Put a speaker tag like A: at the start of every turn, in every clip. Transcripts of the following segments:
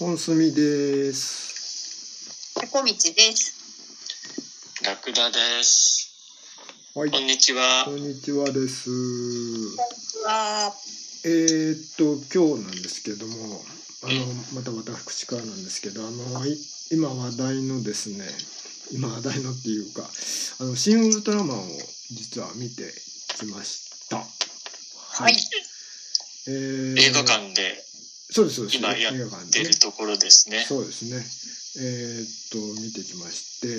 A: 本住です。
B: タコミチです。
C: ラクダです。
A: はい。
C: こんにち
A: こ
C: は。
A: んにちはです。
B: わ
A: えー、っと今日なんですけども、あのまた私からなんですけど、あのい今話題のですね、今話題のっていうか、あの新ウルトラマンを実は見てきました。
B: ーはい。
A: えー
C: 映画館で
A: そうですそうです。
C: 今やって
A: 映画館
C: 出
A: でね
C: るところですね。
A: そうですね。えーっと見てきまして、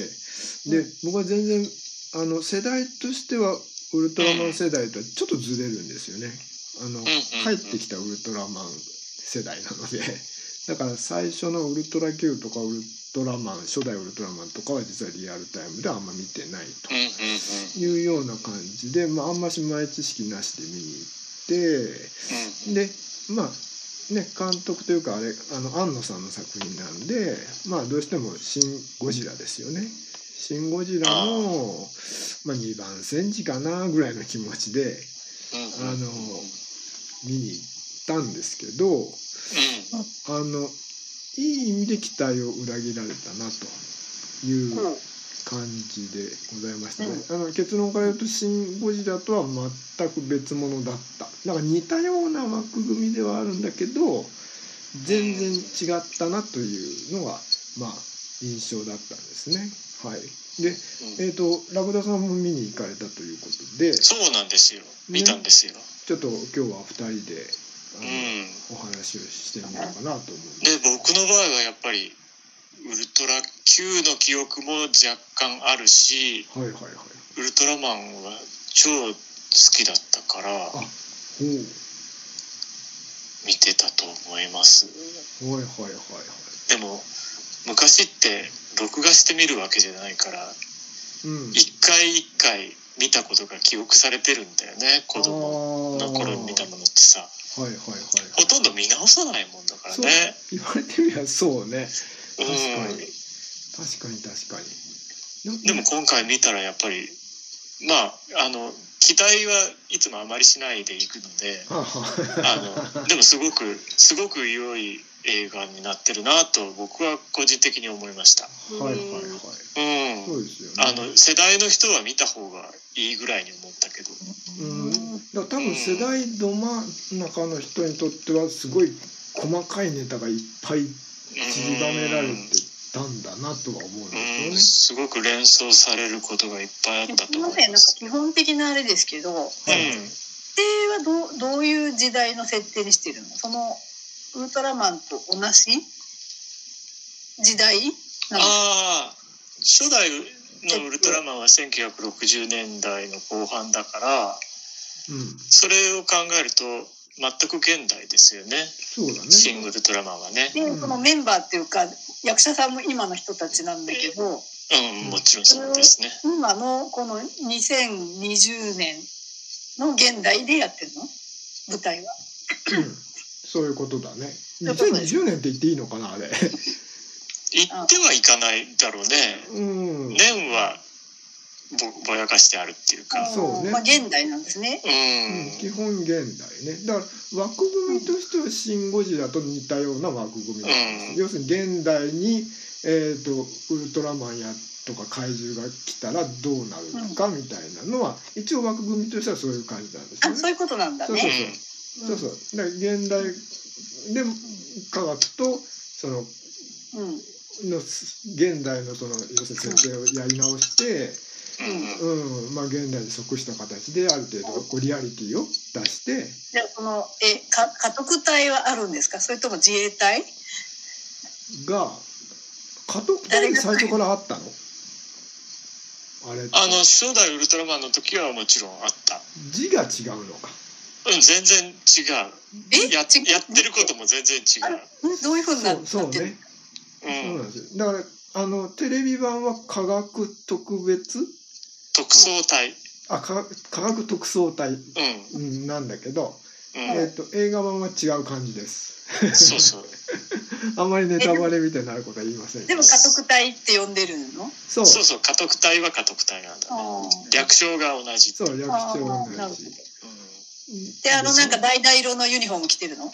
A: で僕は全然あの世代としてはウルトラマン世代とはちょっとずれるんですよね。あの、
C: うんうん
A: 帰ってきたウルトラマン世代なので、 だから最初のウルトラ Q とかウルトラマン初代ウルトラマンとかは実はリアルタイムではあんま見てないと
C: うんうんうん。
A: いうような感じで、まああんまし前知識なしで見に行って。でまあね監督というかあれあの庵野さんの作品なんでまあどうしても「シン・ゴジラ」ですよね。シン・ゴジラのまあ、2番戦時かなぐらいの気持ちで
C: うんうん。
A: あの
C: うん。
A: 見に行ったんですけどあのいい意味で期待を裏切られたなという
B: うん。
A: 感じでございましたね、あの結論から言うと「シン・ゴジラ」とは全く別物だったなんか似たような枠組みではあるんだけど全然違ったなというのがまあ印象だったんですねはいで
C: うん
A: えっ、とラクダさんも見に行かれたということでち
C: そうなんですよ。見たんですよ。
A: ょっと今日は2人で
C: う
A: あ
C: ん。
A: の、お話をしてみようかなと思うんで
C: で僕の場合はやっぱりウルトラ Q の記憶も若干あるし、
A: はいはいはい
C: ウルトラマンは超好きだったから
A: あほう
C: 見てたと思います。
A: はいはいはいはい
C: でも昔って録画して見るわけじゃないから
A: うん
C: 一回一回見たことが記憶されてるんだよね子供の頃に見たものってさ
A: はいはいはいはい、
C: ほとんど見直さないもんだから
A: そう
C: ね
A: 言われてみればそうね
C: う
A: 確かに
C: ん
A: 確かに確かに
C: でも今回見たらやっぱりまああの期待はいつもあまりしないでいくので
A: あ
C: あのでもすごくすごく良い映画になってるなと僕は個人的に思いました
A: はいはいはい
C: うん
A: そうですよね
C: あの世代の人は見た方がいいぐらいに思ったけど
A: うんだから多分世代ど真ん中の人にとってはすごい細かいネタがいっぱい散りばめられてたんだなとは思うん
C: うん
A: です
C: すごく連想されることがいっぱいあっ
B: す
C: たと
B: みま
C: 思
B: せ
C: い
B: ん、なん
C: ま
B: か
C: す。
B: 基本的なあれですけど、
C: う
B: 設
C: ん
A: はい
B: 定はどうどういう時代の設定にしてるの？そのウルトラマンと同じ時代なの？
C: ああ初代のウルトラマンは1960年代の後半だから
A: よねうん
C: それを考えると全く現代ですよね
A: そうだね
C: シングルトラマンはね。
B: で、
A: うん
B: そのメンバーっていうか役者さんも今の人たちなんだけど、
C: うんもちろんそうですね。
B: 今のこの2020年の現代でやってるの？舞台は。
A: うんそういうことだね
B: ういうことです
A: 2020年って言っていいのかな あれ
C: 行ってはいかないだろうね。
A: うん
C: 年はぼぼやかしてあるっていうか。
A: そうね
B: まあ現代なんですね。
C: う
A: うん
C: ん
A: 基本現代ねだから枠組みとしては「シン・ゴジラ」と似たような枠組みなんです、
C: うん
A: 要するに現代に、えー、とウルトラマンやとか怪獣が来たらどうなるのかみたいなのは、一応枠組みとしてはそういう感じなんですよ
B: あ、
A: ね。
B: そういうことなんだ
A: そう
B: ね。
A: そうそうそうそうだから現代で科学とその
B: うん。うん
A: の現代のその要するに設定をやり直して、
C: うん
A: うんまあ、現代に即した形である程度こうリアリティを出して。
B: じゃあそのえか家督隊はあるんですかそれとも自衛隊
A: が家督隊に最初からあったのあれ
C: あの初代ウルトラマンの時はもちろんあった。
A: 字が違うのか
C: うん全然違う。
B: え
C: ややっ
B: 違う
C: てることも全然違
B: あれ
C: う。
B: んどういうふうにな
A: そ
B: っ
A: うそう
B: なってる
A: ねそう
C: う
A: なんで
C: ん、
A: すよだからあのテレビ版は科学特別
C: 特捜隊。
A: あ科学科学特捜隊
C: う
A: うんなんだけど、
C: ん、
A: え
C: うん、
A: っと映画版は違う感じです
C: そうそう。
A: あんまりネタバレみたいになることは言いませんけ
B: で
A: ど
B: も家督隊って呼んでるの
A: そう
C: そうそう、家督隊は家督隊なんだね。
B: あ
C: 略称が同じ。
A: そう略称
B: あ
A: も
B: ーな
A: 同
B: るほ
A: じ
C: うん、
B: であのなんか橙色のユニフォーム着てるの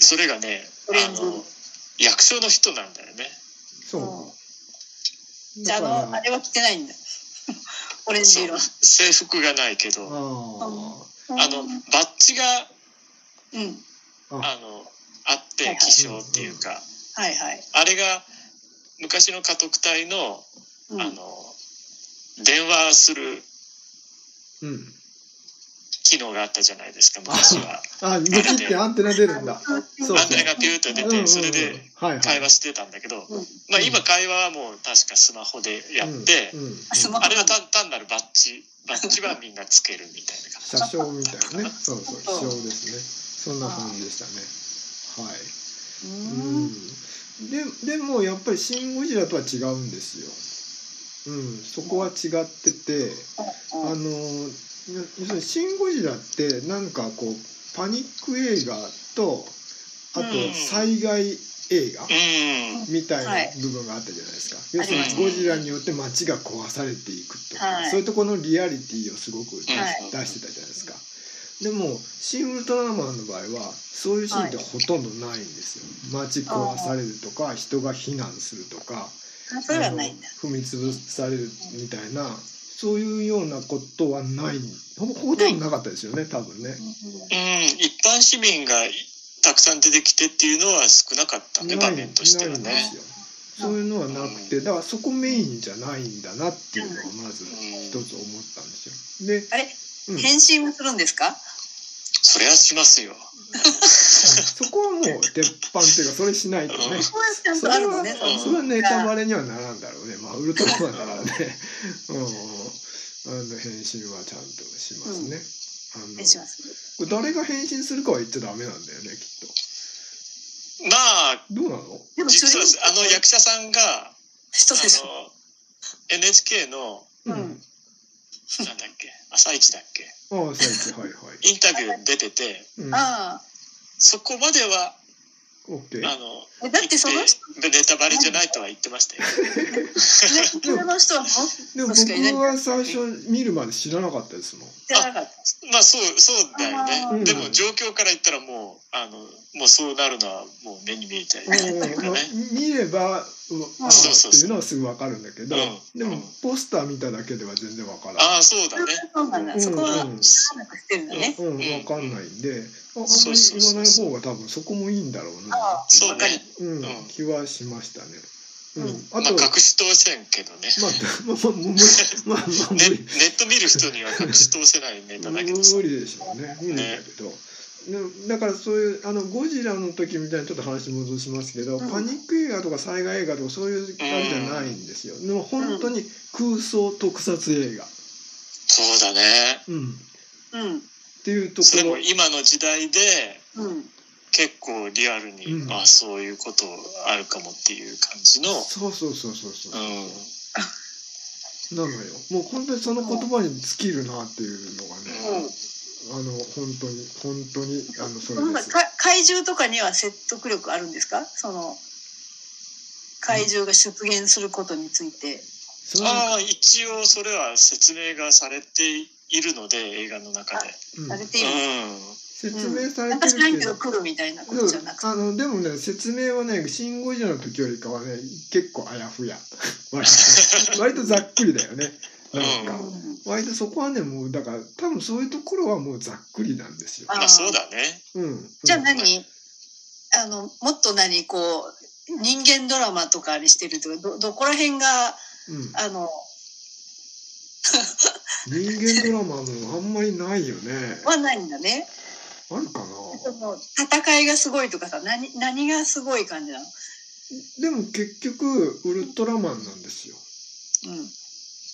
C: それがね、
B: オレン
C: あ
B: ジ
C: の、役所の人なんだよね
A: そうう。
B: んじゃあ
A: だ
B: あ
A: から
B: のあれは着てないんだ オレンジ色
C: そう制服がないけどあ
A: あ
C: の
B: う
C: バ
B: ん
C: ッジが
B: うん
A: あ。あ
C: あのあっ
B: はいはい
C: て気象っていうか
B: はいはい、
C: あれが昔の家督隊の
B: うん、
C: あの電話する
A: うん。
C: 機能があったじゃないですか昔は
A: あ、ブチってアンテナ出るんだ。
B: そう
A: そう
C: アンテナがピューって出
A: うんうんうん
C: てそれで
A: はいはい
C: 会話してたんだけど、
B: うん
C: まあ、今会話はもう確かスマホでやって、
A: うんうん
B: スマホ
C: あれは単単なるバッジバッジはみんなつけるみたいな
A: 車
C: 感
A: 掌みたいなね。そうそう、
B: そう
A: 車掌ですね。そんな感じでしたね。はい。うんで
B: うん
A: でもやっぱり「シン・ゴジラ」とは違うんですよ。うん、そこは違っててあの要要するに「シン・ゴジラ」ってなんかこうパニック映画とあと
C: うん
A: 災害映画
C: じうん
A: みた
B: はいい
A: な部分があったじゃないですか、要
B: あ
A: す
B: り
A: る
B: ま
A: に
B: す
A: ゴジラによって街が壊されていくとか、
B: はい
A: そういうところのリアリティをすごく出
B: はい
A: してたじゃないですか。でも「シン・ウルトラマン」の場合はそういうシーンってほとんどないんですよ。街壊されるとか人が避難するとか
B: あそれはないんだ
A: あの踏み潰されるみたいなそういうようなことはないほほとんどなかったですよね多分ね。
C: うん、一般市民がたくさん出てきてっていうのは少なかったね
A: な
C: 場
A: い
C: 面としては
A: ないんで
C: ね
A: す。よ。そういうのはなくてだからそこメインじゃないんだなっていうのがまず一つ思ったんですよ。で、
B: あれ
A: うん、
B: 返信はするんですか
C: それはしますよ。
A: そこはもう鉄板っていうかそれしないとね。
B: そうやってちゃん
A: そ
B: と
A: れ
B: あるの
A: は
B: ね
C: うん
A: それはネタバレにはならんだろうね、まあ、ウルトラマンだからね、うん、あの返信はちゃんとしますね、あ
B: します
A: の誰が返信するかは言っちゃダメなんだよねきっ
C: まあ
A: とどうなの
B: でも主
C: 実
B: 人
C: はあの役者さんがあ
B: 人でしょ
C: の NHK の
B: う
A: うん
B: ん、
C: なんだっけ朝一だっけ
A: ああ最近はいはい、
C: インタビュー出てて
A: うん、
B: あ
C: そこまでは
A: オッケー
C: あの
B: あえだってその人
C: でネタバレじゃないとは言ってましたよ。
B: ね女の人はもう
A: でも
B: 確かにね
A: 僕は最初見るまで知らなかったですもん
B: 知らなかった
C: まあそうそうだ
B: あ
C: よ
A: ー
C: ね。でも状況から言ったらもうあのもうそうなるのはもう目に見えてるっていう
A: うん
C: か
A: まあ
C: ね。
A: 見ればうわああ
C: そうそ
A: っ
C: うそう
A: ていうのはすぐ分かるんだけど
C: うん
A: でもポスター見ただけでは全然分からない
C: ああそうだね。
B: そうなんだ、そこは知らなくしてるんだね、
A: うん、わかんないんで、ああんま
C: そうそう
A: り
C: そ
A: 言わな
C: う
A: い
C: そう
A: 方が多分そこもいいんだろうな。
B: ああ
C: そうね。
A: うん、
C: うん
A: 気はしましたね。うん、
B: うん
A: あ
C: まあ
A: と、
C: 隠し通せんけどね。
A: まあ、まあ、まあ、まあ、まあ、まあ、無
C: ねネ
A: 理、
C: ット見る人には隠し通せないネタだけどさ。
A: 無理でしょうね。無理だけど。ねだからそういうあのゴジラの時みたいにちょっと話戻しますけど、
B: うん
A: パニック映画とか災害映画とかそういうあれじゃないんですよ、でも本当に空想特撮映画、
C: そうだね。
A: うん、っ
B: うん
A: ていうとこ
C: それ
A: ろ
C: も今の時代で
B: うん
C: 結構リアルに、
A: うん
C: あそういうことあるかもっていう感じの。う
A: そうそうそうそうそう、
C: ん。
A: なのよもう本当にその言葉に尽きるなっていうのがね、
B: うん
A: あの本当に本当にあのそ
B: その
A: れ
B: ほ
A: で
B: ら
A: す
B: か怪獣とかには説得力あるんですかその怪獣が出現することについて、
A: それは
C: ああ一応それは説明がされているので映画の中で。
A: うん
B: されている、
C: う
A: 説明され
B: なん
A: て
B: か
A: る
B: 知らん
A: け
B: け
A: ど
B: ど来るみたいなこ
A: で
B: と
A: も
B: じゃなくて、
A: あのでもね説明はね「シン・ゴジラ」の時よりかはね結構あやふ や割と割とざっくりだよねなん
B: う
A: か、
B: ん、
A: 割とそこはねもうだから多分そういうところはもうざっくりなんですよ
B: あ
C: ん。まあそうだね。
A: うん
B: じゃあ
A: うん
B: 何あのもっと何こう人間ドラマとかにしてるとかどどこら辺が
A: うん
B: あの
A: 人間ドラマもあんまりないよね
B: はないんだね
A: あるかな
B: その戦いがすごいとかさ何何がすごい感じなの、
A: でも結局ウルトラマンなんですよ、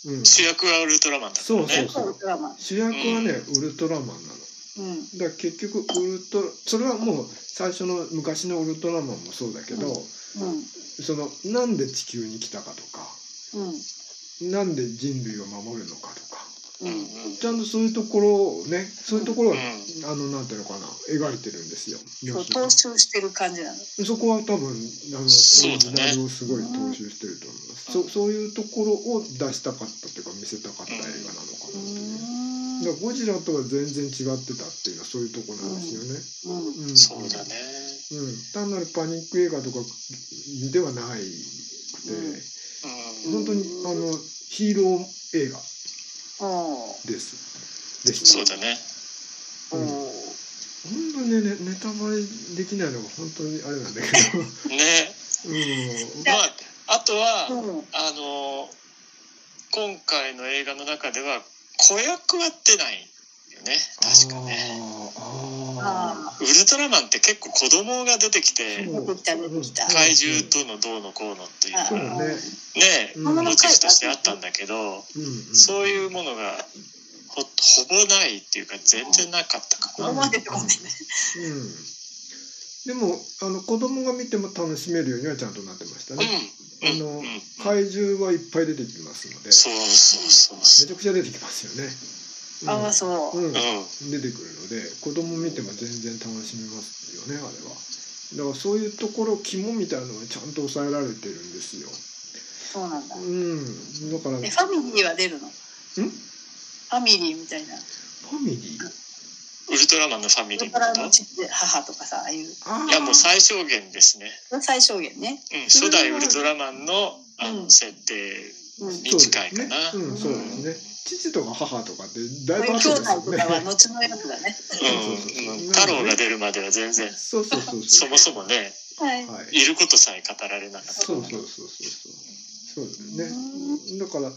B: うん、
A: うん、
C: 主役はウルトラマンだからね。
A: そう
B: そうウルトラマン、
A: 主役はね、ウルトラマンなの
B: うん
A: だから結局ウルトラそれはもう最初の昔のウルトラマンもそうだけど、
B: うんうん
A: そのなんで地球に来たかとか
B: うん
A: なんで人類を守るのかとか
B: うん
C: うん
A: ちゃんとそういうところをねそういうところを、
C: う
A: あのなんていうのかな描いてるんですよ
B: そう
A: 要する
B: 踏襲してる感じなの。
A: にそこは多分あのオリ
C: そ
A: ジ
C: うだね
A: ナルをすごい踏襲してると思います、
C: うん
A: そそういうところを出したかったというか見せたかった映画なのかなという。だからゴジラとは全然違ってたっていうのはそういうとこなんですよね。
B: うん
A: うん
C: そうだね。
A: うん、単なるパニック映画とかではないくて、
C: うん
A: 本当にあのヒーロー映画
B: お
A: です。ぜひ。
C: そうだね。
B: お、
A: うん本当にねねネタバレできないのが本当にあれなんだけど、
C: ね。
A: うん、
C: まあ、あとは、
B: うん、
C: あのー今回の映画の中では、子役は出ないよね。確かね。
A: あーあ
B: あ
C: ウルトラマンって結構子供が出てき
A: ー、
C: て、
A: そう
B: 出てきた出てきた
C: 怪獣とのどうのこうのっていう
A: そう
C: のが
A: ね、
C: ね、
A: うん
B: 本物
C: モ
B: の
C: チーフとしてあったんだけど、
A: うんうん、
C: そういうものがほほぼないっていうか全然なかったか
B: こ
C: な。
B: こまでってことね。
A: うん、でもあの子供が見ても楽しめるようにはちゃんとなってました
C: うん
A: ね、あ
C: う
A: の
C: んうん
A: 怪獣はいっぱい出てきますのでめち
C: そうそうそうそ
A: ゃくちゃ出てきますよね、うん
B: ああ、そ
A: う
B: う。
C: う。
A: ん
C: う、ん
A: 出てくるので子供見ても全然楽しめますよねあれはだからそういうところ肝みたいなのはちゃんと抑えられてるんですよ
B: そうなんだ
A: う。んだからん
B: え、
A: フ
B: ファミリーは出るの。ファミリーみたいな。
A: ァミリー
C: ウルトラマンのファミ
B: そ
C: リ
B: れ
C: ーのこ
B: から
C: と
B: の父で母とかさ、ああいう。
A: あ
C: いやもう最小限ですね、
B: 最小限ね。
C: うん、初代ウルトラマンのあ
B: う
C: の
B: ん
C: 設定
B: うん。
C: に近いかな
A: そうですねうんそうですね父とか母とかってだいぶ
B: 兄
A: 後
B: 弟
A: ですよ
B: とかは
A: ね
B: 後のやつだね。
C: うんうん太郎が出るまでは全然
A: そうそうそう
C: そもそもね
B: はい。
A: はい
C: いることさえ語られなかった
A: そうそうそうそうそうそうだよねだから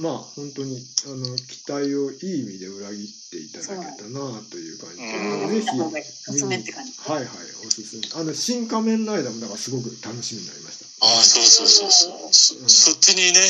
A: まあ本当にあの期待をいい意味で裏切っていただけたなという感じ
C: うん
A: で
B: 見
A: ぜ
B: た
A: ひ
B: 方がいい。おすすめって感じ。
A: はいはいおすすめあの新仮面ライダーもだからすごく楽しみになりました
C: ああそうそうそうそう、そそっちにね